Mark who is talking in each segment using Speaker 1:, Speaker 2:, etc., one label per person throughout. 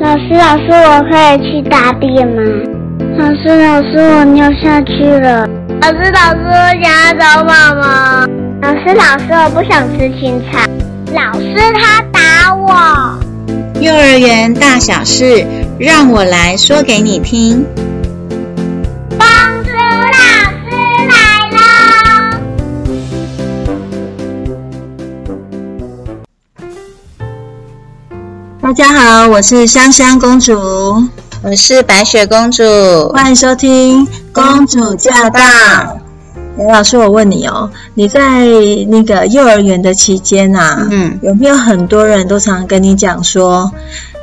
Speaker 1: 老师，老师，我可以去大便吗？老师，老师，我尿下去了。老师，老师，我想要找妈妈。老师，老师，我不想吃青菜。老师，他打我。
Speaker 2: 幼儿园大小事，让我来说给你听。
Speaker 1: 公主老师来了。
Speaker 2: 大家好，我是香香公主，我是白雪公主，欢迎收听《公主驾到》。
Speaker 3: 梁老师，我问你哦，你在那个幼儿园的期间啊，
Speaker 2: 嗯，
Speaker 3: 有没有很多人都常跟你讲说，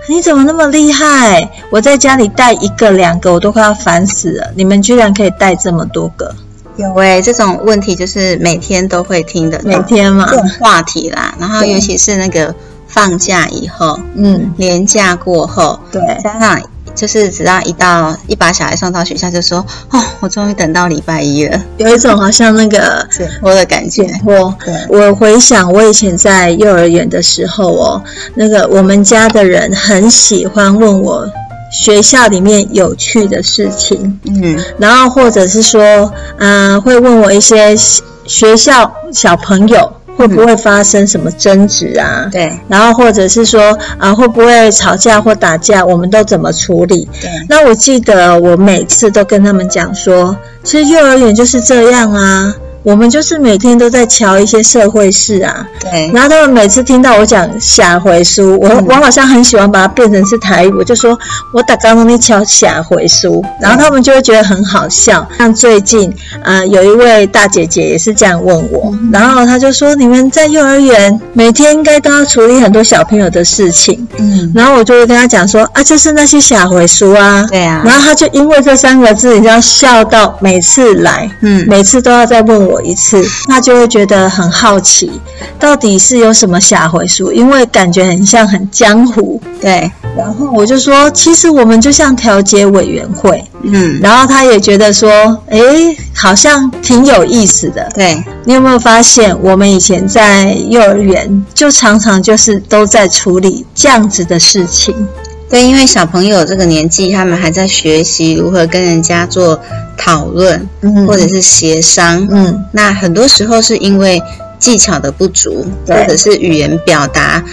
Speaker 3: 你怎么那么厉害？我在家里带一个、两个，我都快要烦死了。你们居然可以带这么多个，
Speaker 2: 有诶、这种问题就是每天都会听得
Speaker 3: 每
Speaker 2: 到
Speaker 3: 天嘛
Speaker 2: 这，种话题啦。然后
Speaker 3: 对
Speaker 2: 尤其是那个放假以后，
Speaker 3: 嗯，
Speaker 2: 年假过后，
Speaker 3: 对，
Speaker 2: 家长就是只要一到一把小孩送到学校，就说哦，我终于等到礼拜一了，
Speaker 3: 有一种好像那个
Speaker 2: 解脱的感觉
Speaker 3: 解。脱。
Speaker 2: 对，
Speaker 3: 我回想我以前在幼儿园的时候哦，那个我们家的人很喜欢问我学校里面有趣的事情，
Speaker 2: 嗯，
Speaker 3: 然后或者是说，嗯、会问我一些学校小朋友会不会发生什么争执啊？
Speaker 2: 对
Speaker 3: 然后或者是说，啊、会不会吵架或打架，我们都怎么处理？
Speaker 2: 对，
Speaker 3: 那我记得我每次都跟他们讲说，其实幼儿园就是这样啊，我们就是每天都在瞧一些社会事啊。
Speaker 2: 对，
Speaker 3: 然后他们每次听到我讲下回书，我、
Speaker 2: 嗯
Speaker 3: 我好像很喜欢把它变成是台语，我就说我打刚刚那敲下回书，然后他们就会觉得很好笑。像最近啊、呃有一位大姐姐也是这样问我，然后她就说你们在幼儿园每天应该都要处理很多小朋友的事情，
Speaker 2: 嗯，
Speaker 3: 然后我就会跟她讲说啊，就是那些下回书啊。
Speaker 2: 对啊
Speaker 3: 然，后她就因为这三个字，你知道笑到每次来，
Speaker 2: 嗯，
Speaker 3: 每次都要再问我一次，他就会觉得很好奇，到底是有什么下回书，因为感觉很像很江湖。
Speaker 2: 对，
Speaker 3: 然后我就说，其实我们就像调解委员会。
Speaker 2: 嗯，
Speaker 3: 然后他也觉得说，诶，好像挺有意思的。
Speaker 2: 对，
Speaker 3: 你有没有发现，我们以前在幼儿园就常常就是都在处理这样子的事情？
Speaker 2: 对，因为小朋友这个年纪，他们还在学习如何跟人家做讨论
Speaker 3: 嗯
Speaker 2: 或者是协商，
Speaker 3: 嗯，
Speaker 2: 那很多时候是因为技巧的不足，
Speaker 3: 对
Speaker 2: 或者是语言表达，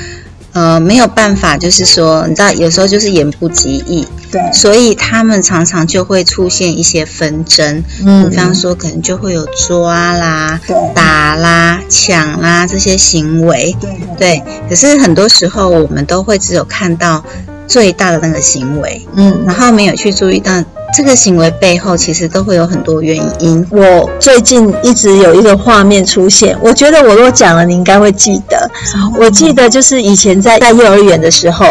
Speaker 2: 呃，没有办法，就是说，你知道，有时候就是言不及义，
Speaker 3: 对，
Speaker 2: 所以他们常常就会出现一些纷争，
Speaker 3: 嗯
Speaker 2: 比方说可能就会有抓啦、
Speaker 3: 对
Speaker 2: 打啦、抢啦这些行为，
Speaker 3: 对
Speaker 2: 对。可是很多时候我们都会只有看到最大的那个行为，
Speaker 3: 嗯，
Speaker 2: 然后没有去注意到这个行为背后其实都会有很多原因。
Speaker 3: 我最近一直有一个画面出现，我觉得我若讲了，你应该会记得。我记得就是以前在在幼儿园的时候，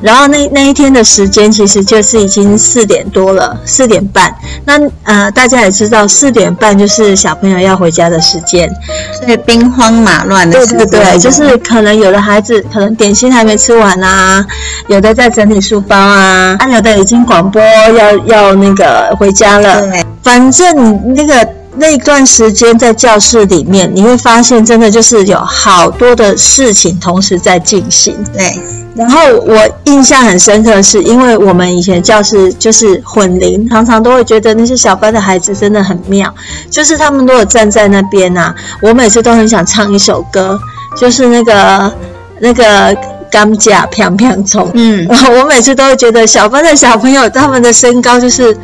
Speaker 3: 然后那那一天的时间其实就是已经四点多了，四点半。那呃，大家也知道，四点半就是小朋友要回家的时间。
Speaker 2: 所以兵荒马乱的
Speaker 3: 对
Speaker 2: 时
Speaker 3: 对
Speaker 2: 候，
Speaker 3: 对，就是可能有的孩子可能点心还没吃完啊，有的在整理书包啊，啊有的已经广播要要那个回家了。
Speaker 2: 对
Speaker 3: 反正你那个那段时间在教室里面，你会发现真的就是有好多的事情同时在进行。
Speaker 2: 对
Speaker 3: 然后我印象很深刻的是，因为我们以前教室就是混龄，常常都会觉得那些小班的孩子真的很妙，就是他们如果站在那边呐、啊，我每次都很想唱一首歌，就是那个那个钢架飘飘虫。
Speaker 2: 嗯，
Speaker 3: 我每次都会觉得小班的小朋友他们的身高就是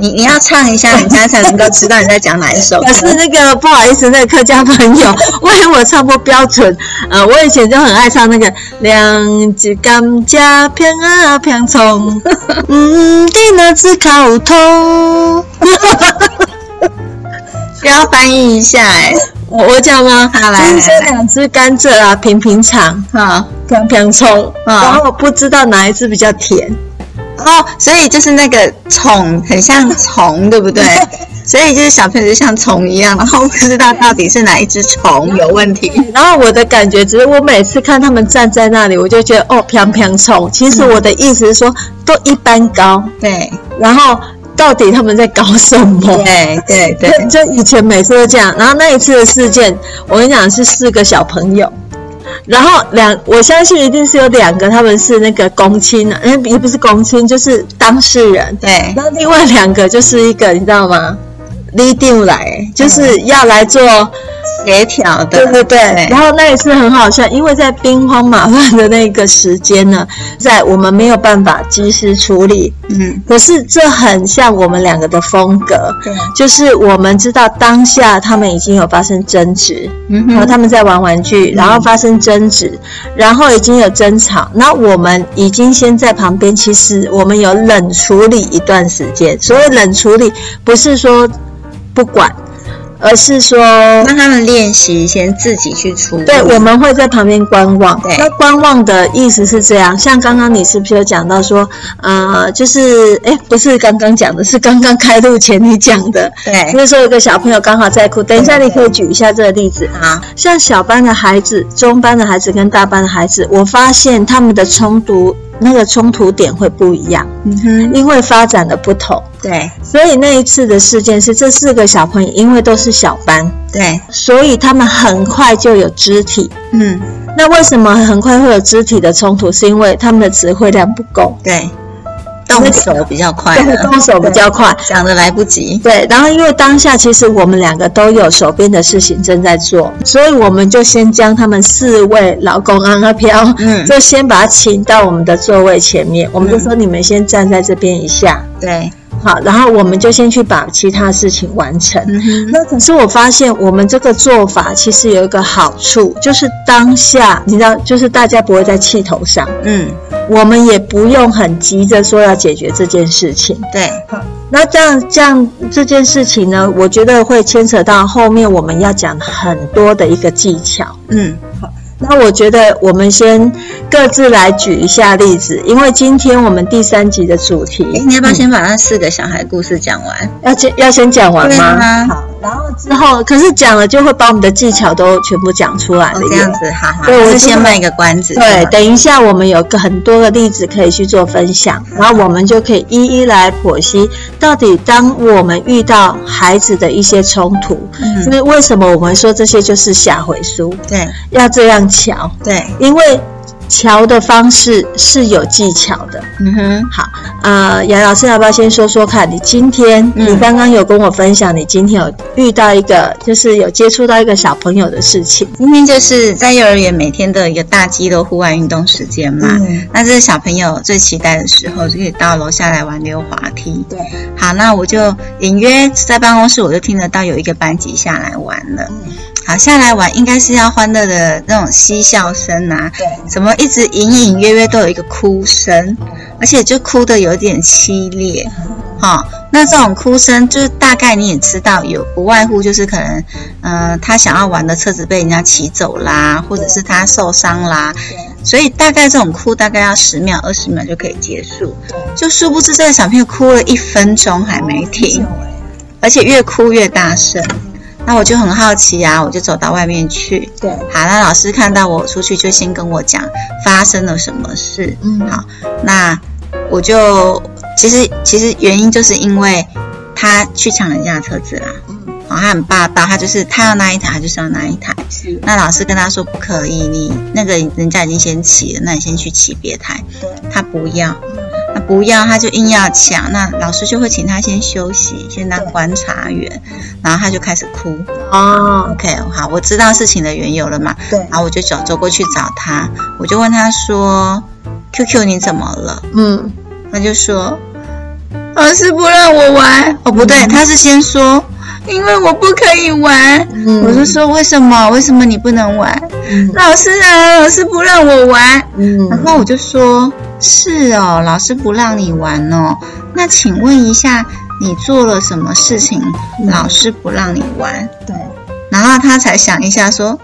Speaker 2: 你你要唱一下，人家才能够知道你在讲哪一 首歌
Speaker 3: 可。是那个不好意思，那个客家朋友，万一我唱不标准，呃，我以前就很爱唱那个两只甘蔗片啊片葱，嗯，的那只烤头。
Speaker 2: 需要翻译一下、哎，
Speaker 3: 我我讲吗？
Speaker 2: 好来
Speaker 3: 就是
Speaker 2: 来来
Speaker 3: 这两只甘蔗啊，平平长，
Speaker 2: 好
Speaker 3: 平平葱，
Speaker 2: 啊
Speaker 3: 然后我不知道哪一只比较甜。
Speaker 2: 哦，所以就是那个虫，很像虫，对不对？所以就是小朋友就像虫一样，然后不知道到底是哪一只虫有问题。
Speaker 3: 然后我的感觉只是，我每次看他们站在那里，我就觉得哦，平平葱。其
Speaker 2: 嗯
Speaker 3: 实我的意思是说，都一般高。
Speaker 2: 对
Speaker 3: 然后到底他们在搞什么？
Speaker 2: 对对对，
Speaker 3: 就以前每次都这样。然后那一次的事件，我跟你讲是四个小朋友，然后两，我相信一定是有两个，他们是那个公亲，哎，也不是公亲，就是当事人。
Speaker 2: 对，
Speaker 3: 那另外两个就是一个，你知道吗？leading 来，就是要来做，
Speaker 2: 协调的，
Speaker 3: 对对对。
Speaker 2: 嗯对
Speaker 3: 然后那一次很好笑，因为在兵荒马乱的那个时间呢，在我们没有办法及时处理，
Speaker 2: 嗯，
Speaker 3: 可是这很像我们两个的风格，
Speaker 2: 对，
Speaker 3: 就是我们知道当下他们已经有发生争执，
Speaker 2: 嗯
Speaker 3: 然后
Speaker 2: 哼，
Speaker 3: 他们在玩玩具，然后发生争执，然后已经有争吵，那我们已经先在旁边，其实我们有冷处理一段时间。所谓冷处理，不是说不管，而是说。
Speaker 2: 让他们练习先自己去处理，
Speaker 3: 对，我们会在旁边观望。
Speaker 2: 对
Speaker 3: 那观望的意思是这样，像刚刚你是不是有讲到说，呃，就是，哎，不是刚刚讲的，是刚刚开录前你讲的，
Speaker 2: 对，
Speaker 3: 那时候有个小朋友刚好在哭，等一下你可以举一下这个例子。啊
Speaker 2: 好，
Speaker 3: 像小班的孩子、中班的孩子跟大班的孩子，我发现他们的冲突那个冲突点会不一样，
Speaker 2: 嗯哼，
Speaker 3: 因为发展的不同。
Speaker 2: 对
Speaker 3: 所以那一次的事件是，这四个小朋友因为都是小班，
Speaker 2: 对，
Speaker 3: 所以他们很快就有肢体。
Speaker 2: 嗯，
Speaker 3: 那为什么很快会有肢体的冲突？是因为他们的词汇量不够，
Speaker 2: 对，动手比较快
Speaker 3: 但是
Speaker 2: 了，
Speaker 3: 动手比较快。
Speaker 2: 讲的来不及，
Speaker 3: 对，然后因为当下其实我们两个都有手边的事情正在做，所以我们就先将他们四位老公啊安阿飘，
Speaker 2: 嗯
Speaker 3: 就先把他请到我们的座位前面，我们就说你们先站在这边一下，
Speaker 2: 对，
Speaker 3: 好，然后我们就先去把其他事情完成。
Speaker 2: 嗯哼，
Speaker 3: 那可是我发现，我们这个做法其实有一个好处，就是当下你知道，就是大家不会在气头上，
Speaker 2: 嗯，
Speaker 3: 我们也不用很急着说要解决这件事情。
Speaker 2: 对，
Speaker 3: 那这样这样这件事情呢，我觉得会牵扯到后面我们要讲很多的一个技巧。
Speaker 2: 嗯，
Speaker 3: 那我觉得我们先各自来举一下例子，因为今天我们第三集的主题，
Speaker 2: 哎，你要不要
Speaker 3: 嗯
Speaker 2: 先把那四个小孩故事讲完？
Speaker 3: 要先要先讲完
Speaker 2: 对
Speaker 3: 吗？
Speaker 2: 啊，
Speaker 3: 然后之后，可是讲了就会把我们的技巧都全部讲出来
Speaker 2: 哦
Speaker 3: 了。
Speaker 2: 这样子，好好，
Speaker 3: 对我
Speaker 2: 是
Speaker 3: 今天
Speaker 2: 先卖一个关子，
Speaker 3: 对，等一下我们有个很多的例子可以去做分享，
Speaker 2: 嗯
Speaker 3: 然后我们就可以一一来剖析，到底当我们遇到孩子的一些冲突，
Speaker 2: 嗯，
Speaker 3: 所以为什么我们说这些就是下回书，
Speaker 2: 对
Speaker 3: 要这样瞧？
Speaker 2: 对，
Speaker 3: 因为瞧的方式是有技巧的。
Speaker 2: 嗯哼，
Speaker 3: 好，呃，杨老师要不要先说说看？你今天，
Speaker 2: 嗯
Speaker 3: 你刚刚有跟我分享，你今天有遇到一个，就是有接触到一个小朋友的事情。
Speaker 2: 今天就是在幼儿园每天都有一个大肌肉户外运动时间嘛，
Speaker 3: 嗯，
Speaker 2: 那这是小朋友最期待的时候，就可以到楼下来玩溜滑梯。
Speaker 3: 对，
Speaker 2: 好，那我就隐约在办公室，我就听得到有一个班级下来玩了。
Speaker 3: 嗯
Speaker 2: 好，下来玩应该是要欢乐的那种嬉笑声啊，
Speaker 3: 对，
Speaker 2: 怎么一直隐隐约约都有一个哭声，而且就哭的有点凄厉。好、那这种哭声就是大概你也知道，有不外乎就是可能，呃，他想要玩的车子被人家骑走啦，或者是他受伤啦，所以大概这种哭大概要十秒、二十秒就可以结束。就殊不知这个小朋友哭了一分钟还没停，而且越哭越大声。那我就很好奇啊，我就走到外面去，
Speaker 3: 对，
Speaker 2: 好，那老师看到我出去，就先跟我讲发生了什么事。
Speaker 3: 嗯，
Speaker 2: 好那我就其实其实原因就是因为他去抢人家的车子啦。
Speaker 3: 嗯，
Speaker 2: 好，他很霸道，他就是他要那一台，他就是要那一台。
Speaker 3: 是，
Speaker 2: 那老师跟他说不可以，你那个人家已经先骑了，那你先去骑别台。他不要，那不要他就硬要抢，那老师就会请他先休息，先当观察员，然后他就开始哭。
Speaker 3: 哦，
Speaker 2: OK，好，我知道事情的缘由了嘛。
Speaker 3: 对，
Speaker 2: 然后我就走走过去找他，我就问他说：“QQ 你怎么了
Speaker 3: 嗯，？”
Speaker 2: 他就说：“老师不让我玩。”哦，不对，他是先说：“因为我不可以玩。
Speaker 3: 嗯
Speaker 2: 我就，说：“为什么？为什么你不能玩？”
Speaker 3: 嗯
Speaker 2: 老师啊，老师不让我玩。然
Speaker 3: 嗯，
Speaker 2: 后我就说：“是哦，老师不让你玩哦。那请问一下，你做了什么事情，
Speaker 3: 嗯
Speaker 2: 老师不让你玩？”
Speaker 3: 对，
Speaker 2: 然后他才想一下说，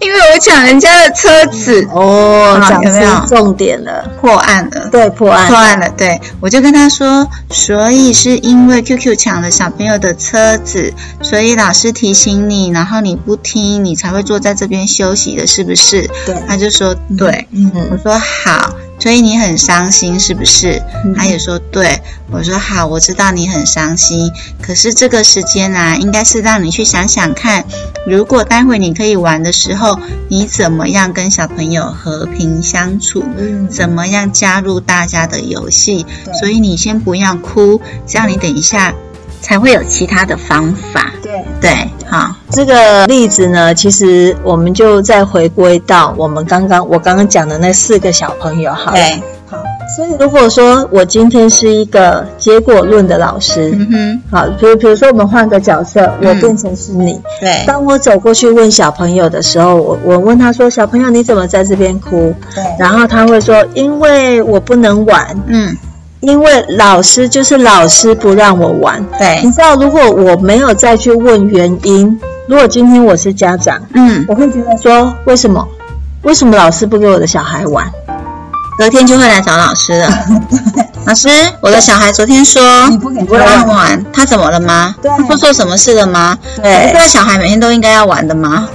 Speaker 2: 因为我抢人家的车子
Speaker 3: 哦，
Speaker 2: 好
Speaker 3: 讲
Speaker 2: 有没有
Speaker 3: 出重点了，
Speaker 2: 破案了。
Speaker 3: 对，破案，
Speaker 2: 破案了，对我就跟他说，所以是因为 QQ 抢了小朋友的车子，所以老师提醒你，然后你不听，你才会坐在这边休息的，是不是？
Speaker 3: 对，
Speaker 2: 他就说对，
Speaker 3: 嗯
Speaker 2: 我说好，所以你很伤心是不是？”
Speaker 3: 嗯
Speaker 2: 他也说：“对。”我说：“好，我知道你很伤心，可是这个时间啊，应该是让你去想想看，如果待会你可以玩的时候，你怎么样跟小朋友和平相处？
Speaker 3: 嗯
Speaker 2: 怎么样加入大家的游戏？
Speaker 3: 对
Speaker 2: 所以你先不要哭，这样你等一下才会有其他的方法。
Speaker 3: 对。
Speaker 2: 对，好，
Speaker 3: 这个例子呢，其实我们就再回归到我们刚刚我刚刚讲的那四个小朋友好了。
Speaker 2: 对，
Speaker 3: 好，所以如果说我今天是一个结果论的老师，
Speaker 2: 嗯哼，
Speaker 3: 好，比如比如说我们换个角色，
Speaker 2: 嗯
Speaker 3: 我变成是你。
Speaker 2: 对，
Speaker 3: 当我走过去问小朋友的时候，我我问他说：“小朋友，你怎么在这边哭？”
Speaker 2: 对，
Speaker 3: 然后他会说：“因为我不能玩，
Speaker 2: 嗯，
Speaker 3: 因为老师就是老师不让我玩。”你
Speaker 2: 对，
Speaker 3: 知道，如果我没有再去问原因，如果今天我是家长，
Speaker 2: 嗯，
Speaker 3: 我会觉得说为什么？为什么老师不给我的小孩玩？
Speaker 2: 隔天就会来找老 师了。老师，我的小孩昨天说
Speaker 3: 你不给他
Speaker 2: 不让玩，他怎么了吗？
Speaker 3: 对
Speaker 2: 他做错什么事了吗？
Speaker 3: 对
Speaker 2: 你不知道小孩每天都应该要玩的吗？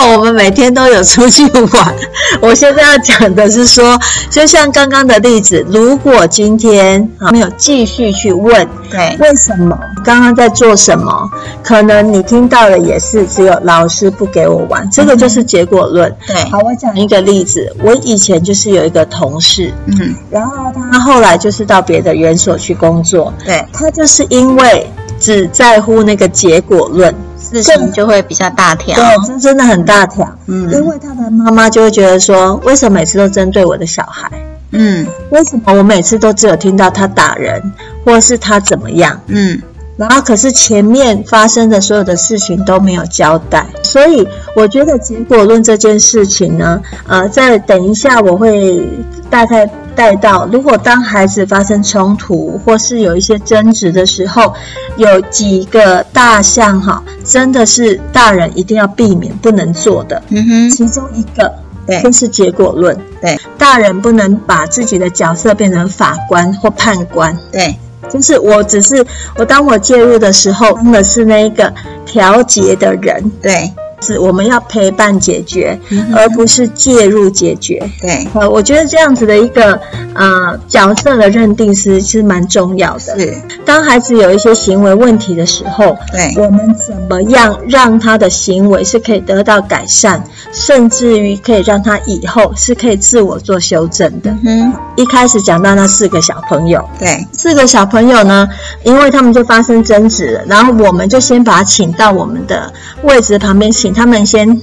Speaker 3: 哦，我们每天都有出去玩。 我现在要讲的是说，就像刚刚的例子，如果今天啊没有继续去问
Speaker 2: 对，
Speaker 3: 为什么刚刚在做什么，可能你听到的也是只有老师不给我玩，这个就是结果论。
Speaker 2: 对，
Speaker 3: 好，我讲一个例子，我以前就是有一个同事，
Speaker 2: 嗯，
Speaker 3: 然后他后来就是到别的园所去工作，
Speaker 2: 对，
Speaker 3: 他就是因为只在乎那个结果论，
Speaker 2: 事情就会比较大条。
Speaker 3: 对，这真的很大条。因
Speaker 2: 嗯
Speaker 3: 为他的妈妈就会觉得说，为什么每次都针对我的小孩？
Speaker 2: 嗯
Speaker 3: 为什么我每次都只有听到他打人，或是他怎么样？
Speaker 2: 嗯，
Speaker 3: 然后可是前面发生的所有的事情都没有交代，所以我觉得结果论这件事情呢，呃，在等一下我会大概带到，如果当孩子发生冲突或是有一些争执的时候，有几个大项哈，真的是大人一定要避免不能做的，
Speaker 2: 嗯哼，
Speaker 3: 其中一个
Speaker 2: 对
Speaker 3: 就是结果论。
Speaker 2: 对，
Speaker 3: 大人不能把自己的角色变成法官或判官，
Speaker 2: 对，
Speaker 3: 就是我只是我当我介入的时候，当的是那一个调节的人，
Speaker 2: 对，
Speaker 3: 是我们要陪伴解决，
Speaker 2: 嗯哼
Speaker 3: 而不是介入解决。
Speaker 2: 对，
Speaker 3: 呃，我觉得这样子的一个呃角色的认定是是蛮重要的。
Speaker 2: 是，
Speaker 3: 当孩子有一些行为问题的时候，
Speaker 2: 对，
Speaker 3: 我们怎么样让他的行为是可以得到改善，甚至于可以让他以后是可以自我做修正的
Speaker 2: 嗯。哼，
Speaker 3: 一开始讲到那四个小朋友，
Speaker 2: 对，
Speaker 3: 四个小朋友呢，因为他们就发生争执了，然后我们就先把他请到我们的位置旁边，请他们先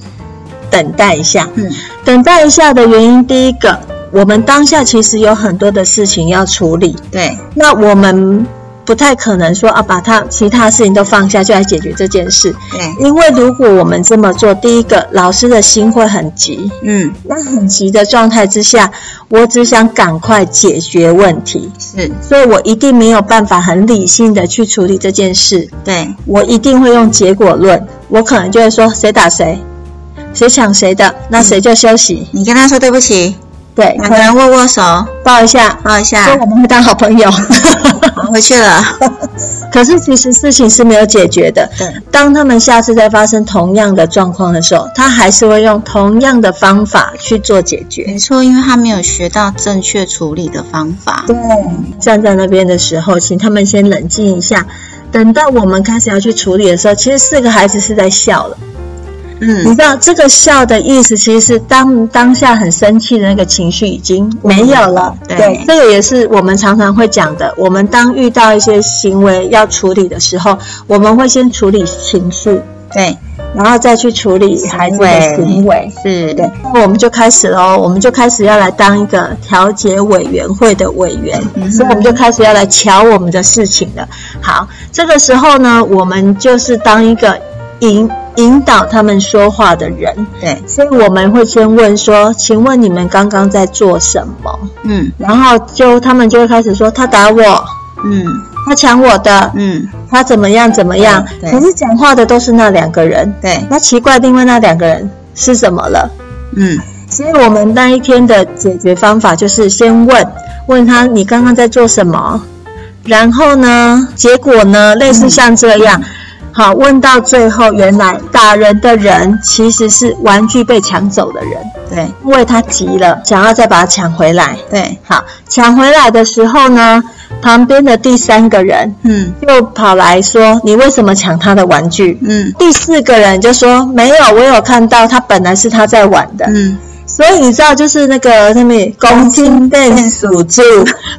Speaker 3: 等待一下。
Speaker 2: 嗯，
Speaker 3: 等待一下的原因，第一个，我们当下其实有很多的事情要处理，
Speaker 2: 对，
Speaker 3: 那我们不太可能说啊，把他其他事情都放下就来解决这件事，
Speaker 2: 对，
Speaker 3: 因为如果我们这么做，第一个，老师的心会很急，
Speaker 2: 嗯，
Speaker 3: 那很急的状态之下，我只想赶快解决问题。
Speaker 2: 是，
Speaker 3: 所以我一定没有办法很理性的去处理这件事，
Speaker 2: 对，
Speaker 3: 我一定会用结果论，我可能就会说谁打谁，谁抢谁的，那谁就休息，
Speaker 2: 你跟他说对不起，
Speaker 3: 对，
Speaker 2: 两
Speaker 3: 可
Speaker 2: 个
Speaker 3: 能
Speaker 2: 人握握手，
Speaker 3: 抱一下，
Speaker 2: 抱一下
Speaker 3: 说，我们会当好朋 友。
Speaker 2: 我回去了。
Speaker 3: 可是其实事情是没有解决的。
Speaker 2: 对，
Speaker 3: 当他们下次再发生同样的状况的时候，他还是会用同样的方法去做解决。
Speaker 2: 没错，因为他没有学到正确处理的方法。
Speaker 3: 对，站在那边的时候，请他们先冷静一下。等到我们开始要去处理的时候，其实四个孩子是在笑了。你
Speaker 2: 嗯，
Speaker 3: 知道这个笑的意思，其实是当当下很生气的那个情绪已经没有了。
Speaker 2: 嗯对
Speaker 3: 这个也是我们常常会讲的。我们当遇到一些行为要处理的时候，我们会先处理情绪，
Speaker 2: 对，
Speaker 3: 然后再去处理孩子的
Speaker 2: 行为
Speaker 3: 行为。
Speaker 2: 是，
Speaker 3: 对，那我们就开始喽，我们就开始要来当一个调解委员会的委员，
Speaker 2: 嗯
Speaker 3: 所以我们就开始要来瞧我们的事情了。好，这个时候呢，我们就是当一个引引导他们说话的人，
Speaker 2: 对，
Speaker 3: 所以我们会先问说：“请问你们刚刚在做什么
Speaker 2: 嗯？”
Speaker 3: 然后就他们就会开始说：“他打我，
Speaker 2: 嗯
Speaker 3: 他抢我的，
Speaker 2: 嗯，
Speaker 3: 他怎么样怎么样。”
Speaker 2: 对
Speaker 3: 可是讲话的都是那两个人，
Speaker 2: 对，
Speaker 3: 那奇怪，另外那两个人是怎么了？
Speaker 2: 嗯
Speaker 3: 所以我们那一天的解决方法就是先问问他你刚刚在做什么，然后呢，结果呢，类似像这样。好，问到最后，原来打人的人其实是玩具被抢走的人，
Speaker 2: 对
Speaker 3: 因为他急了，想要再把它抢回来。
Speaker 2: 对，
Speaker 3: 好，抢回来的时候呢，旁边的第三个人
Speaker 2: 嗯
Speaker 3: 又跑来说：“你为什么抢他的玩具？”
Speaker 2: 嗯
Speaker 3: 第四个人就说：“没有，我有看到他本来是他在玩的。
Speaker 2: 嗯，
Speaker 3: 所以你知道，就是那个那么公斤变数住，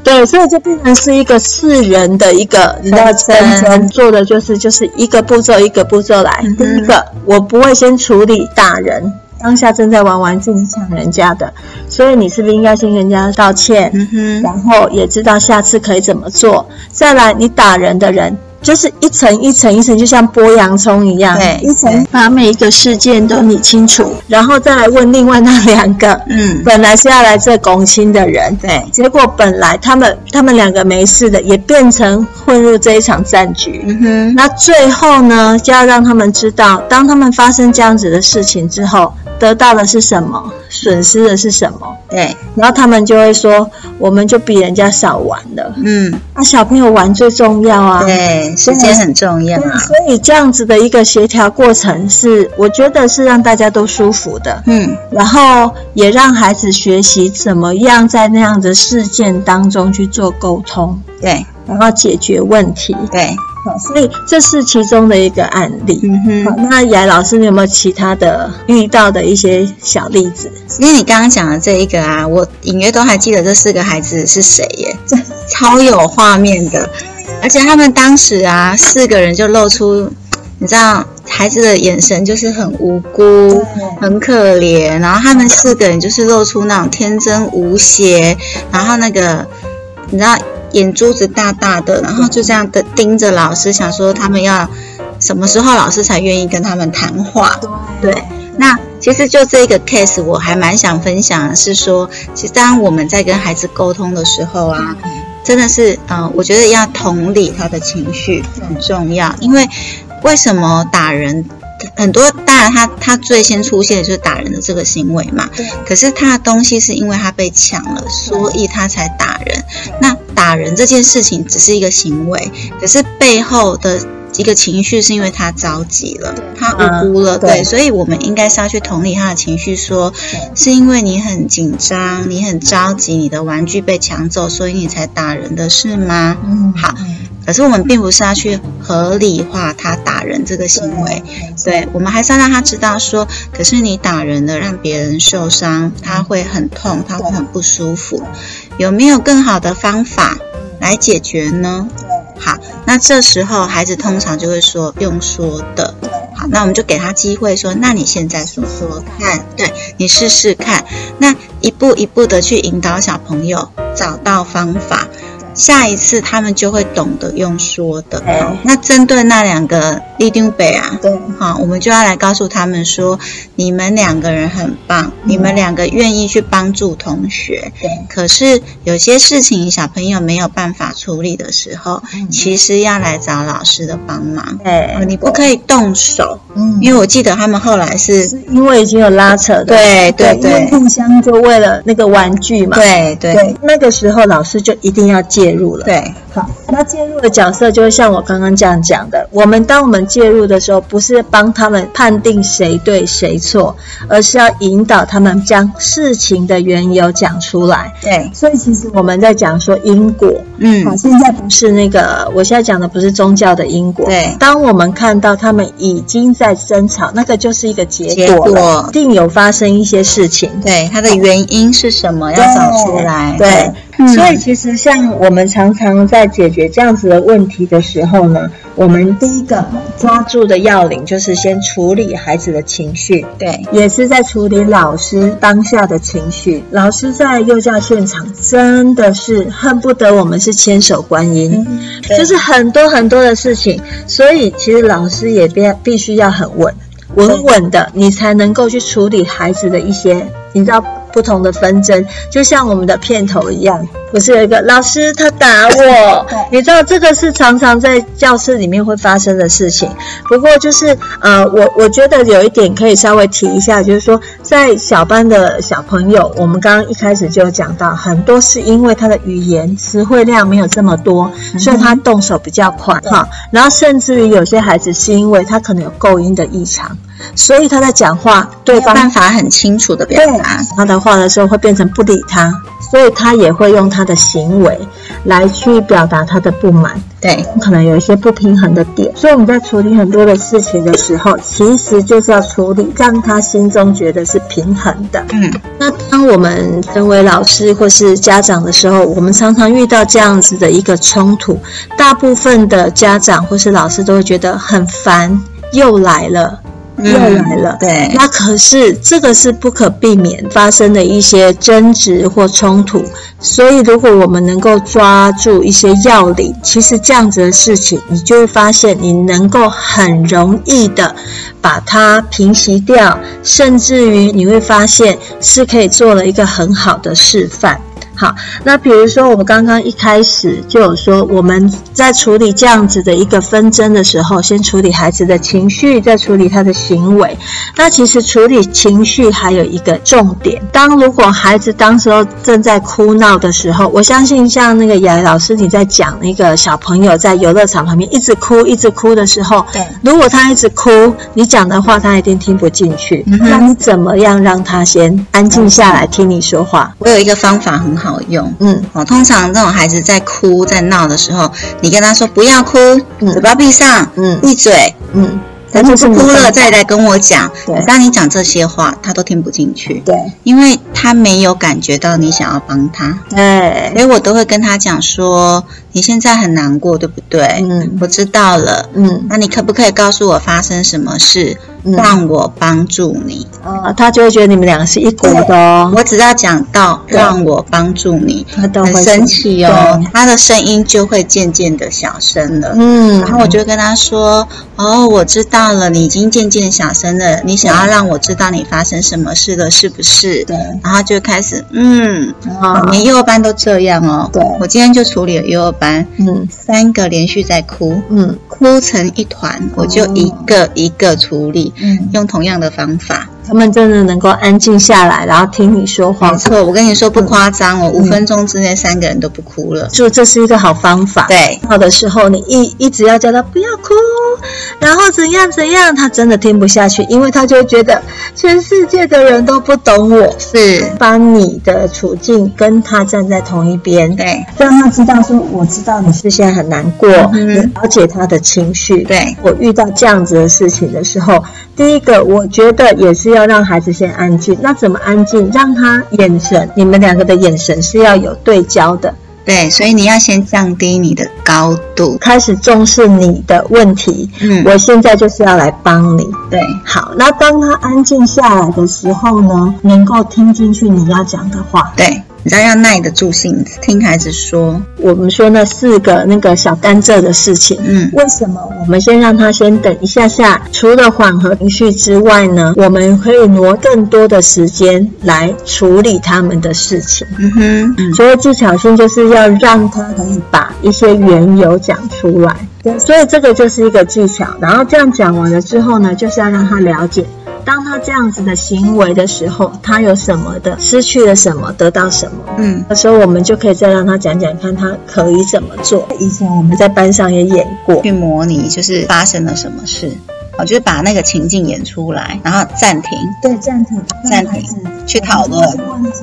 Speaker 3: 对，所以就变成是一个四人的一个，你知道
Speaker 2: 纷争
Speaker 3: 纷争做的就是就是一个步骤一个步骤来。
Speaker 2: 嗯哼
Speaker 3: 第一个，我不会先处理打人，当下正在玩玩具，你抢人家的，所以你是不是应该先跟人家道歉？
Speaker 2: 嗯哼，
Speaker 3: 然后也知道下次可以怎么做。再来，你打人的人就是一层一层一层，就像剥洋葱一样，
Speaker 2: 对
Speaker 3: 一层
Speaker 2: 对
Speaker 3: 把每一个事件都理清楚，然后再来问另外那两个
Speaker 2: 嗯，
Speaker 3: 本来是要来这公亲的人。
Speaker 2: 对，
Speaker 3: 结果本来他们他们两个没事的，也变成混入这一场战局。
Speaker 2: 嗯哼，
Speaker 3: 那最后呢，就要让他们知道，当他们发生这样子的事情之后，得到的是什么，损失的是什么。
Speaker 2: 对，
Speaker 3: 然后他们就会说，我们就比人家少玩了。
Speaker 2: 嗯
Speaker 3: 那、小朋友玩最重要啊。
Speaker 2: 对，时间很重要
Speaker 3: 对。所以这样子的一个协调过程是，我觉得是让大家都舒服的，
Speaker 2: 嗯
Speaker 3: 然后也让孩子学习怎么样在那样的事件当中去做沟通，
Speaker 2: 对
Speaker 3: 然后解决问题。
Speaker 2: 对，
Speaker 3: 好，所以这是其中的一个案例。
Speaker 2: 嗯
Speaker 3: 好，
Speaker 2: 哼。
Speaker 3: 那雅老师，你有没有其他的遇到的一些小例子？
Speaker 2: 因为你刚刚讲的这一个啊，我隐约都还记得这四个孩子是谁耶，超有画面的。而且他们当时啊，四个人就露出，你知道孩子的眼神就是很无辜，
Speaker 3: 嗯
Speaker 2: 很可怜。然后他们四个人就是露出那种天真无邪，然后那个你知道眼珠子大大的，然后就这样的盯着老师，想说他们要什么时候老师才愿意跟他们谈话。对，那其实就这个 case，我还蛮想分享的是说，其实当我们在跟孩子沟通的时候啊，真的是，呃，我觉得要同理他的情绪很重要，因为为什么打人？很多当然他他最先出现的就是打人的这个行为嘛
Speaker 3: 对，
Speaker 2: 可是他的东西是因为他被抢了，所以他才打人。那打人这件事情只是一个行为，可是背后的一个情绪是因为他着急了，他无辜了，
Speaker 3: 嗯
Speaker 2: 对，
Speaker 3: 对
Speaker 2: 所以我们应该是要去同理他的情绪，说是因为你很紧张，你很着急，你的玩具被抢走，所以你才打人的是吗？
Speaker 3: 嗯，
Speaker 2: 好，可是我们并不是要去合理化他打人这个行为，对我们还是要让他知道说，可是你打人了，让别人受伤，他会很痛，他会很不舒服。有没有更好的方法来解决呢？好，那这时候孩子通常就会说用说的。好，那我们就给他机会说，那你现在说说看，对你试试看。那一步一步的去引导小朋友找到方法，下一次他们就会懂得用说的。
Speaker 3: 对
Speaker 2: 那针对那两个立定北啊，
Speaker 3: 对
Speaker 2: 好，我们就要来告诉他们说，你们两个人很
Speaker 3: 嗯
Speaker 2: 棒，你们两个愿意去帮助同学。
Speaker 3: 对
Speaker 2: 可是有些事情小朋友没有办法处理的时候，其实要来找老师的帮忙。呃
Speaker 3: 嗯对，
Speaker 2: 你不可以动手，
Speaker 3: 嗯
Speaker 2: 因为我记得他们后来是，
Speaker 3: 因为已经有拉扯的，
Speaker 2: 对对
Speaker 3: 因为
Speaker 2: 对
Speaker 3: 互相就为了那个玩具嘛，
Speaker 2: 对对
Speaker 3: 那个时候老师就一定要介入了。，
Speaker 2: 对，
Speaker 3: 好，那介入的角色就是像我刚刚这样讲的，我们当我们介入的时候，不是帮他们判定谁对谁错，而是要引导他们将事情的缘由讲出来。
Speaker 2: 对，
Speaker 3: 所以其实我们在讲说因果，好，
Speaker 2: 嗯，
Speaker 3: 现在不是那个，我现在讲的不是宗教的因果。
Speaker 2: 对
Speaker 3: 当我们看到他们已经在争吵，那个就是一个结果了
Speaker 2: 结果
Speaker 3: 一定有发生一些事情。
Speaker 2: 对，它的原因是什么要找出来。
Speaker 3: 对，
Speaker 2: 嗯
Speaker 3: 所以其实像我们常常在解决这样子的问题的时候呢，我们第一个抓住的要领就是先处理孩子的情绪，
Speaker 2: 对
Speaker 3: 也是在处理老师当下的情绪。老师在幼教现场真的是恨不得我们是千手观音，
Speaker 2: 对
Speaker 3: 就是很多很多的事情，所以其实老师也必必须要很稳。稳稳的，你才能够去处理孩子的一些，你知道不同的纷争，就像我们的片头一样，不是有一个老师他打我
Speaker 2: 对，
Speaker 3: 你知道这个是常常在教室里面会发生的事情。不过就是呃，我我觉得有一点可以稍微提一下，就是说在小班的小朋友，我们刚刚一开始就有讲到，很多是因为他的语言词汇量没有这么多，所以他动手比较快
Speaker 2: 对
Speaker 3: 哈。然后甚至于有些孩子是因为他可能有构音的异常，所以他在讲话对
Speaker 2: 没有
Speaker 3: 方
Speaker 2: 办法很清楚的表达。
Speaker 3: 他的话的时候会变成不理他，所以他也会用他的行为来去表达他的不满，
Speaker 2: 对，
Speaker 3: 可能有一些不平衡的点。所以我们在处理很多的事情的时候，其实就是要处理让他心中觉得是平衡的。
Speaker 2: 嗯，
Speaker 3: 那当我们成为老师或是家长的时候，我们常常遇到这样子的一个冲突，大部分的家长或是老师都会觉得很烦，又来了。
Speaker 2: 嗯
Speaker 3: 又来了，
Speaker 2: 对，
Speaker 3: 那可是这个是不可避免发生的一些争执或冲突，所以如果我们能够抓住一些要领，其实这样子的事情，你就会发现你能够很容易的把它平息掉，甚至于你会发现是可以做了一个很好的示范。好，那比如说我们刚刚一开始就有说，我们在处理这样子的一个纷争的时候，先处理孩子的情绪，再处理他的行为。那其实处理情绪还有一个重点，当如果孩子当时候正在哭闹的时候，我相信像那个雅老师你在讲那个小朋友在游乐场旁边一直哭一直哭的时候，
Speaker 2: 对
Speaker 3: 如果他一直哭，你讲的话他一定听不进去。
Speaker 2: 嗯哼
Speaker 3: 那你怎么样让他先安静下来听你说话？
Speaker 2: 我有一个方法很好用。
Speaker 3: 嗯，
Speaker 2: 哦，通常这种孩子在哭在闹的时候，你跟他说不要哭，
Speaker 3: 嗯
Speaker 2: 嘴巴闭上，
Speaker 3: 嗯
Speaker 2: 闭嘴，
Speaker 3: 嗯，
Speaker 2: 他就不哭了，再
Speaker 3: 在
Speaker 2: 来跟我讲。
Speaker 3: 对
Speaker 2: 当你讲这些话，他都听不进去，
Speaker 3: 对
Speaker 2: 因为他没有感觉到你想要帮他。
Speaker 3: 对，
Speaker 2: 所以我都会跟他讲说，你现在很难过，对不对？
Speaker 3: 嗯
Speaker 2: 我知道了。
Speaker 3: 嗯
Speaker 2: 那你可不可以告诉我发生什么事，
Speaker 3: 嗯
Speaker 2: 让我帮助你？
Speaker 3: 啊，他就会觉得你们两个是一股的哦，
Speaker 2: 我只要讲到
Speaker 3: 对
Speaker 2: 让我帮助你，
Speaker 3: 他都
Speaker 2: 很
Speaker 3: 会
Speaker 2: 神奇哦
Speaker 3: 对，
Speaker 2: 他的声音就会渐渐的小声了。
Speaker 3: 嗯，
Speaker 2: 然后我就跟他说：“哦，我知道了，你已经渐渐小声了。你想要让我知道你发生什么事了，是不是？”
Speaker 3: 对
Speaker 2: 然后就开始，嗯，
Speaker 3: 啊
Speaker 2: 我，们幼儿班都这样哦。
Speaker 3: 对
Speaker 2: 我今天就处理了幼儿班，
Speaker 3: 嗯
Speaker 2: 三个连续在哭，
Speaker 3: 嗯
Speaker 2: 哭成一团，我就一个一个处理，
Speaker 3: 嗯，
Speaker 2: 用同样的方法。
Speaker 3: 他们真的能够安静下来，然后听你说话
Speaker 2: 没，错，我跟你说不夸张哦，五分钟之内三个人都不哭了。
Speaker 3: 就这是一个好方法。
Speaker 2: 对，
Speaker 3: 闹的时候，你一一直要叫他不要哭，然后怎样怎样，他真的听不下去，因为他就会觉得全世界的人都不懂我。
Speaker 2: 是，
Speaker 3: 把你的处境跟他站在同一边，
Speaker 2: 对，
Speaker 3: 让他知道说，我知道你是现在很难过，
Speaker 2: 嗯哼
Speaker 3: 你了解他的情绪。
Speaker 2: 对，
Speaker 3: 我遇到这样子的事情的时候，第一个我觉得也是要让孩子先安静。那怎么安静？让他眼神，你们两个的眼神是要有对焦的，
Speaker 2: 对，所以你要先降低你的高度。
Speaker 3: 开始重视你的问题。
Speaker 2: 嗯，
Speaker 3: 我现在就是要来帮你。
Speaker 2: 对，
Speaker 3: 好，那当他安静下来的时候呢，能够听进去你要讲的话。
Speaker 2: 对，你知道要耐得住性子，听孩子说。
Speaker 3: 我们说那四个那个小甘蔗的事情，
Speaker 2: 嗯，
Speaker 3: 为什么我们先让他先等一下下？除了缓和情绪之外呢，我们可以挪更多的时间来处理他们的事情。
Speaker 2: 嗯哼，嗯
Speaker 3: 所谓技巧性，就是要让他可以把一些缘由讲出来。对，所以这个就是一个技巧。然后这样讲完了之后呢，就是要让他了解，当他这样子的行为的时候，他有什么的，失去了什么，得到什么。
Speaker 2: 嗯，
Speaker 3: 所以我们就可以再让他讲讲看，他可以怎么做。以前我们在班上也演过，
Speaker 2: 去模拟就是发生了什么事，哦，就是把那个情境演出来，然后暂停
Speaker 3: 对暂停，
Speaker 2: 暂停去讨论。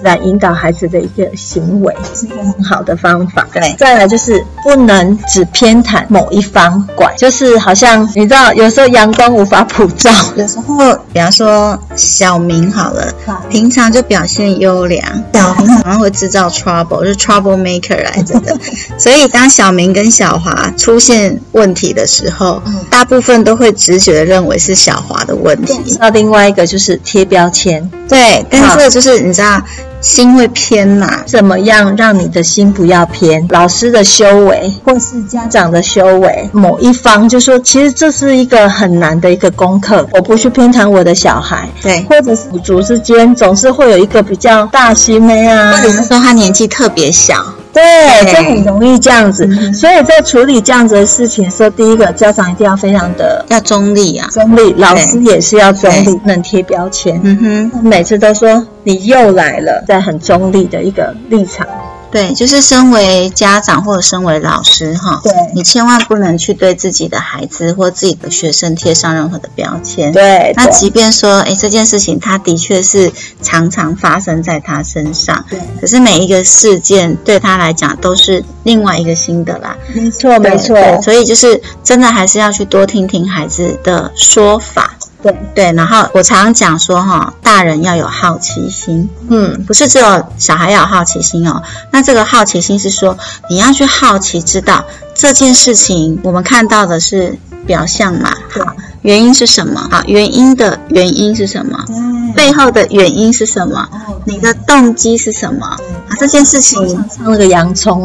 Speaker 3: 来引导孩子的一个行为，是一个很好的方法。
Speaker 2: 对
Speaker 3: 再来就是不能只偏袒某一方拐，就是好像你知道，有时候阳光无法普 照，
Speaker 2: 有时候，比方说小明好了，平常就表现优良，小明好像会制造 trouble，就是 trouble maker 来着 的。所以当小明跟小华出现问题的时候，大部分都会直觉的认为是小华的问题。
Speaker 3: 那另外一个就是贴标签，
Speaker 2: 对，但是这个就是你知道，心会偏嘛，
Speaker 3: 怎么样让你的心不要偏？老师的修为，或是家长的修为，某一方就说，其实这是一个很难的一个功课。我不去偏袒我的小孩，
Speaker 2: 对，
Speaker 3: 或者是母族之间总是会有一个比较大啊心的呀、
Speaker 2: 或者是说他年纪特别小，
Speaker 3: 对，
Speaker 2: 对
Speaker 3: 这很容易这样子。
Speaker 2: 嗯哼
Speaker 3: 所以在处理这样子的事情的时候，第一个家长一定要非常的
Speaker 2: 要中立啊，
Speaker 3: 中立，老师也是要中立
Speaker 2: 对，
Speaker 3: 不能贴标签。
Speaker 2: 嗯哼。
Speaker 3: 每次都说你又来了，在很中立的一个立场。
Speaker 2: 对，就是身为家长或者身为老师哈，
Speaker 3: 对
Speaker 2: 你千万不能去对自己的孩子或自己的学生贴上任何的标签。
Speaker 3: 对，
Speaker 2: 那
Speaker 3: 对
Speaker 2: 即便说，哎，这件事情它的确是常常发生在他身上，
Speaker 3: 对
Speaker 2: 可是每一个事件对他来讲都是另外一个新的啦。
Speaker 3: 没错没错，
Speaker 2: 对所以就是真的还是要去多听听孩子的说法。
Speaker 3: 对，
Speaker 2: 对，然后我常常讲说哈，大人要有好奇心，
Speaker 3: 嗯，
Speaker 2: 不是只有小孩要有好奇心哦。那这个好奇心是说，你要去好奇知道这件事情，我们看到的是表象嘛，
Speaker 3: 对
Speaker 2: 好，原因是什么？好，原因的原因是什么？
Speaker 3: 嗯
Speaker 2: 背后的原因是什
Speaker 3: 哎
Speaker 2: 么？你的动机是什么？
Speaker 3: 嗯
Speaker 2: 啊，这件事情，
Speaker 3: 像那个洋葱，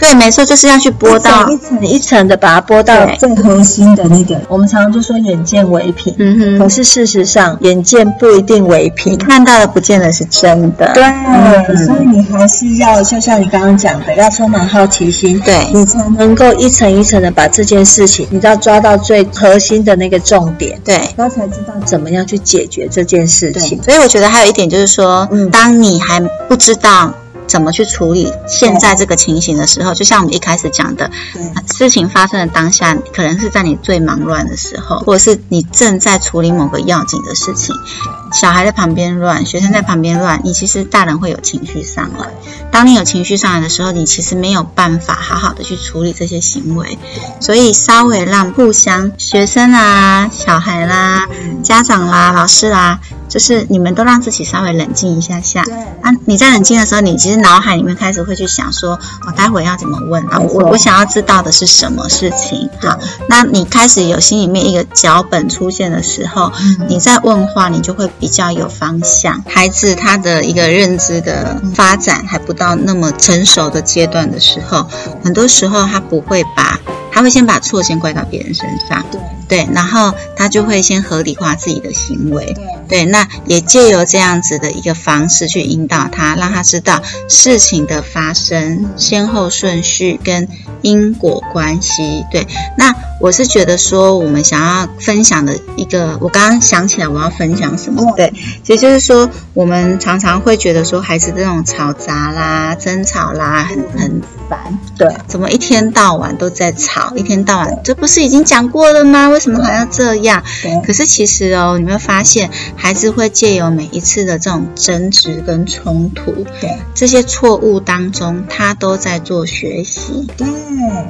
Speaker 2: 对，没错，就是要去拨到，
Speaker 3: 嗯一层一层的把它剥到
Speaker 2: 对
Speaker 3: 最核心的那个。我们常常就说眼见为凭，
Speaker 2: 嗯
Speaker 3: 可
Speaker 2: 哼，
Speaker 3: 是事实上眼见不一定为凭
Speaker 2: 你。看到的不见得是真的，
Speaker 3: 对，
Speaker 2: 嗯
Speaker 3: 所以你还是要，就像你刚刚讲的，要充满好奇心，
Speaker 2: 对
Speaker 3: 你才能够一层一层的把这件事情，你知道抓到最核心的那个重点，
Speaker 2: 对。
Speaker 3: 然后才知道怎么样去解决这件事
Speaker 2: 对
Speaker 3: 情，。
Speaker 2: 所以我觉得还有一点就是说，
Speaker 3: 嗯
Speaker 2: 当你还不知道怎么去处理现在这个情形的时候，就像我们一开始讲的，
Speaker 3: 对
Speaker 2: 事情发生的当下，可能是在你最忙乱的时候，或者是你正在处理某个要紧的事情，小孩在旁边乱，学生在旁边乱，你其实大人会有情绪上来。当你有情绪上来的时候，你其实没有办法好好的去处理这些行为，所以稍微让互相学生啊、小孩啦、家长啦、老师啦，就是你们都让自己稍微冷静一下下。啊，你在冷静的时候，你其实脑海里面开始会去想说，我、待会要怎么问啊？
Speaker 3: 没错
Speaker 2: 我我想要知道的是什么事情？好，那你开始有心里面一个脚本出现的时候，你在问话，你就会比较有方向。孩子他的一个认知的发展还不到那么成熟的阶段的时候，很多时候他不会把，他会先把错先怪到别人身上，
Speaker 3: 对
Speaker 2: 对，然后他就会先合理化自己的行为。
Speaker 3: 对
Speaker 2: 对，那也借由这样子的一个方式去引导他，让他知道事情的发生先后顺序跟因果关系。对，那我是觉得说，我们想要分享的一个，我刚刚想起来我要分享什么？对，其实就是说，我们常常会觉得说，孩子这种吵杂啦、争吵啦，很很烦。
Speaker 3: 对
Speaker 2: 怎么一天到晚都在吵？一天到晚，这不是已经讲过了吗？为什么还要这样？
Speaker 3: 对
Speaker 2: 可是其实哦，你会发现，孩子会借由每一次的这种争执跟冲突，
Speaker 3: 对
Speaker 2: 这些错误当中，他都在做学习。
Speaker 3: 对，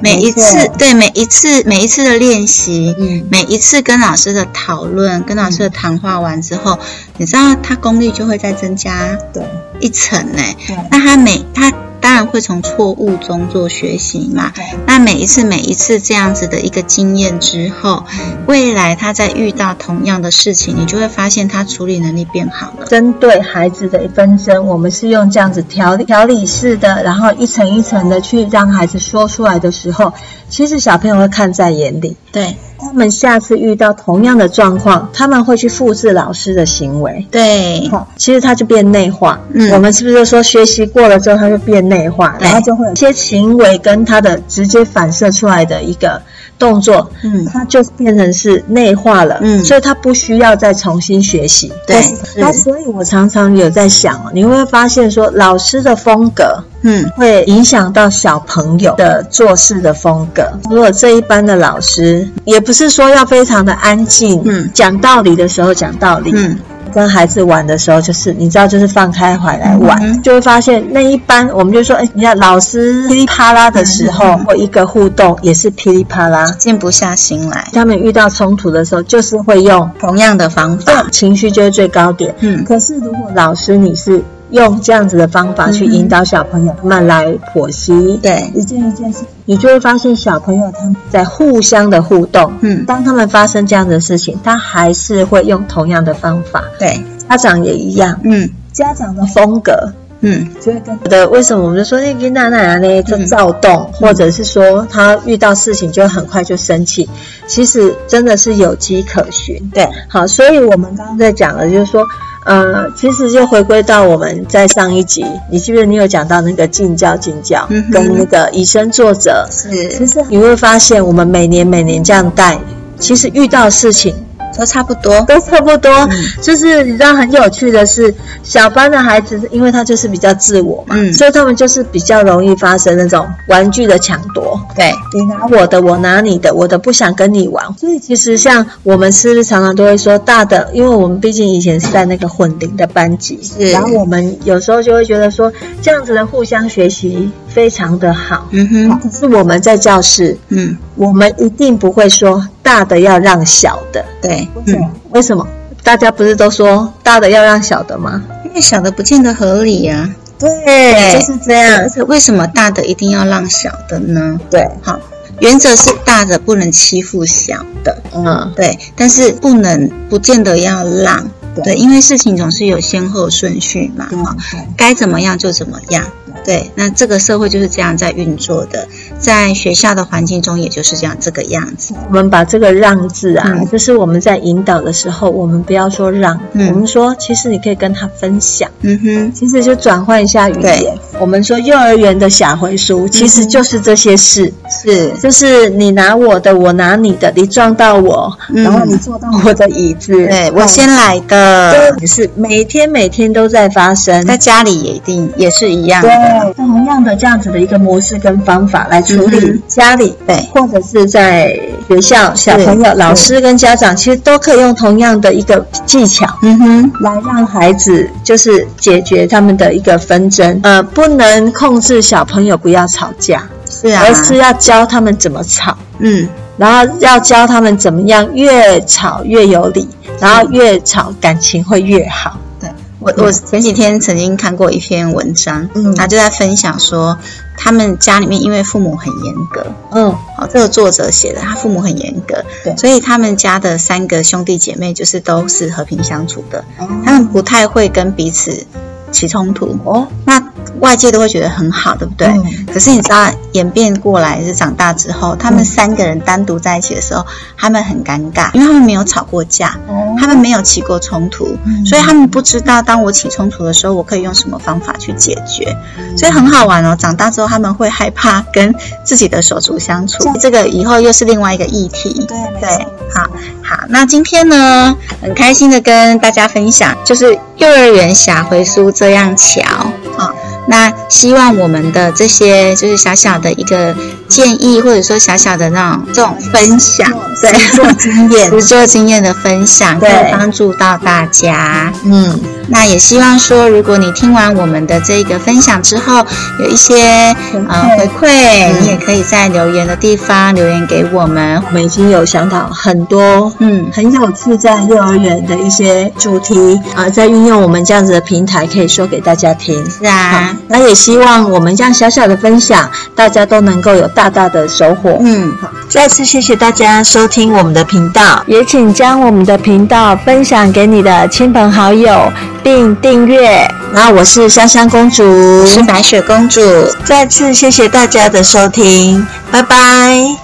Speaker 2: 每一
Speaker 3: 没错
Speaker 2: 次，对每一次，每一次的练习，
Speaker 3: 嗯，
Speaker 2: 每一次跟老师的讨论，跟老师的谈话完之后，你知道他功力就会再增加
Speaker 3: 对
Speaker 2: 一层呢。
Speaker 3: 对
Speaker 2: 那他每他当然会从错误中做学习嘛。
Speaker 3: 对
Speaker 2: 那每一次每一次这样子的一个经验之后，未来他在遇到同样的事情，你就会发现他处理能力变好了。
Speaker 3: 针对孩子的纷争，我们是用这样子条条理式的，然后一层一层的去让孩子说出来的时候，其实小朋友会看在眼里。
Speaker 2: 对
Speaker 3: 他们下次遇到同样的状况，他们会去复制老师的行为。
Speaker 2: 对
Speaker 3: 好，其实他就变内化。
Speaker 2: 嗯
Speaker 3: 我们是不是就说学习过了之后，他就变内化，
Speaker 2: 对
Speaker 3: 然后就会有一些行为跟他的直接反射出来的一个动作，
Speaker 2: 嗯
Speaker 3: 它就变成是内化了，
Speaker 2: 嗯
Speaker 3: 所以它不需要再重新学习。
Speaker 2: 对
Speaker 3: 但是
Speaker 2: 是
Speaker 3: 那所以我常常有在想哦，你会发现说老师的风格
Speaker 2: 嗯，
Speaker 3: 会影响到小朋友的做事的风格。如果这一班的老师，也不是说要非常的安静，
Speaker 2: 嗯
Speaker 3: 讲道理的时候讲道理，
Speaker 2: 嗯，
Speaker 3: 跟孩子玩的时候，就是你知道，就是放开怀来玩，
Speaker 2: 嗯哼
Speaker 3: 就会发现那一班我们就说，哎，你看老师噼里啪啦的时
Speaker 2: 嗯
Speaker 3: 候，或一个互动也是噼里啪啦。
Speaker 2: 静不下心来，
Speaker 3: 他们遇到冲突的时候，就是会用
Speaker 2: 同样的方
Speaker 3: 这
Speaker 2: 法
Speaker 3: 种。情绪就是最高点。
Speaker 2: 嗯，
Speaker 3: 可是如果老师你是用这样子的方法去引导小朋友慢慢来剖析，
Speaker 2: 对，
Speaker 3: 一件一件事，你就会发现小朋友他们在互相的互动。
Speaker 2: 嗯，
Speaker 3: 当他们发生这样的事情，他还是会用同样的方法，
Speaker 2: 对，
Speaker 3: 家长也一样。
Speaker 2: 嗯，
Speaker 3: 家长的风格，
Speaker 2: 嗯
Speaker 3: 就会跟我的为什么我们就说那个娜娜呢就躁动，或者是说他遇到事情就很快就生气，其实真的是有迹可循。
Speaker 2: 对，
Speaker 3: 好，所以我们刚刚在讲的，就是说，呃，其实就回归到我们在上一集，你记不记得你有讲到那个近教近教、
Speaker 2: 嗯哼
Speaker 3: 跟那个以身作则，其
Speaker 2: 是
Speaker 3: 实你会发现，我们每年每年这样带，其实遇到事情
Speaker 2: 都差不多。
Speaker 3: 都差不多。
Speaker 2: 嗯
Speaker 3: 就是你知道很有趣的是，小班的孩子，因为他就是比较自我嘛，
Speaker 2: 嗯
Speaker 3: 所以他们就是比较容易发生那种玩具的抢夺。
Speaker 2: 对，
Speaker 3: 你拿我的，我拿你的，我的不想跟你玩。所以其实像我们是不是常常都会说大的，因为我们毕竟以前是在那个混龄的班级，
Speaker 2: 是
Speaker 3: 然后我们有时候就会觉得说这样子的互相学习非常的好。
Speaker 2: 嗯哼，
Speaker 3: 可是我们在教室，
Speaker 2: 嗯，
Speaker 3: 我们一定不会说大的要让小的，
Speaker 2: 对，嗯，
Speaker 3: 为什么？大家不是都说大的要让小的吗？
Speaker 2: 因为小的不见得合理呀、
Speaker 3: 对
Speaker 2: 就是这样。而且为什么大的一定要让小的呢？
Speaker 3: 对，
Speaker 2: 好，原则是大的不能欺负小的，
Speaker 3: 嗯，
Speaker 2: 对，但是不能不见得要让，
Speaker 3: 对
Speaker 2: 对，因为事情总是有先后顺序嘛，哈、该怎么样就怎么样。对，那这个社会就是这样在运作的，在学校的环境中也就是这样这个样子。
Speaker 3: 我们把这个“让”字啊，
Speaker 2: 嗯
Speaker 3: 就是我们在引导的时候，我们不要说让，
Speaker 2: 嗯
Speaker 3: 我们说其实你可以跟他分享，
Speaker 2: 嗯哼，
Speaker 3: 其实就转换一下语言
Speaker 2: 对。嗯
Speaker 3: 我们说幼儿园的小回书，其实就是这些事，
Speaker 2: 是，
Speaker 3: 就是你拿我的，我拿你的，你撞到我，
Speaker 2: 嗯
Speaker 3: 然后你坐到我的椅子，
Speaker 2: 对我
Speaker 3: 哦
Speaker 2: 先来的，
Speaker 3: 对，是每天每天都在发生。
Speaker 2: 在家里也一定也是一样
Speaker 3: 啊
Speaker 2: 的。
Speaker 3: 对，同样的这样子的一个模式跟方法来处理
Speaker 2: 嗯
Speaker 3: 家里，
Speaker 2: 对
Speaker 3: 或者是在学校，小朋友、
Speaker 2: 对
Speaker 3: 老师跟家长，其实都可以用同样的一个技巧。
Speaker 2: 嗯哼，
Speaker 3: 来让孩子就是解决他们的一个纷争，呃，不能控制小朋友不要吵架，
Speaker 2: 是啊
Speaker 3: 而，是要教他们怎么吵，
Speaker 2: 嗯，
Speaker 3: 然后要教他们怎么样越吵越有理，然后越吵感情会越好。
Speaker 2: 我我前几天曾经看过一篇文章，
Speaker 3: 嗯
Speaker 2: 他就在分享说，他们家里面因为父母很严格，
Speaker 3: 嗯，
Speaker 2: 哦，这个作者写的，他父母很严格，
Speaker 3: 对
Speaker 2: 所以他们家的三个兄弟姐妹就是都是和平相处的，他们不太会跟彼此起冲突，
Speaker 3: 哦，
Speaker 2: 那外界都会觉得很好，对不对？
Speaker 3: 嗯
Speaker 2: 可是你知道，演变过来是长大之后，他
Speaker 3: 嗯
Speaker 2: 们三个人单独在一起的时候，他们很尴尬，因为他们没有吵过架，
Speaker 3: 哦
Speaker 2: 他们没有起过冲突，
Speaker 3: 嗯
Speaker 2: 所以他们不知道当我起冲突的时候，我可以用什么方法去解决。所以很好玩哦，长大之后他们会害怕跟自己的手足相处，这个以后又是另外一个议题。
Speaker 3: 嗯对
Speaker 2: 对，好好，那今天呢，很开心的跟大家分享，就是幼儿园小回书这样巧
Speaker 3: 嗯
Speaker 2: 啊、那希望我们的这些就是小小的一个建议，或者说小小的那种这种分享，对，
Speaker 3: 做经验，
Speaker 2: 实作经验的分享，可
Speaker 3: 对
Speaker 2: 以帮助到大家。
Speaker 3: 嗯，
Speaker 2: 那也希望说，如果你听完我们的这个分享之后，有一些呃回馈，
Speaker 3: 嗯
Speaker 2: 你也可以在留言的地方留言给我们。
Speaker 3: 我们已经有想到很多。
Speaker 2: 嗯，
Speaker 3: 很有趣，在幼儿园的一些主题啊、在运用我们这样子的平台，可以说给大家听。
Speaker 2: 是啊
Speaker 3: 好，那也希望我们这样小小的分享，大家都能够有大大的收获。
Speaker 2: 嗯，
Speaker 3: 再次谢谢大家收听我们的频道，也请将我们的频道分享给你的亲朋好友，并订阅。那我是香香公主
Speaker 2: 我，是白雪公主。
Speaker 3: 再次谢谢大家的收听，拜拜。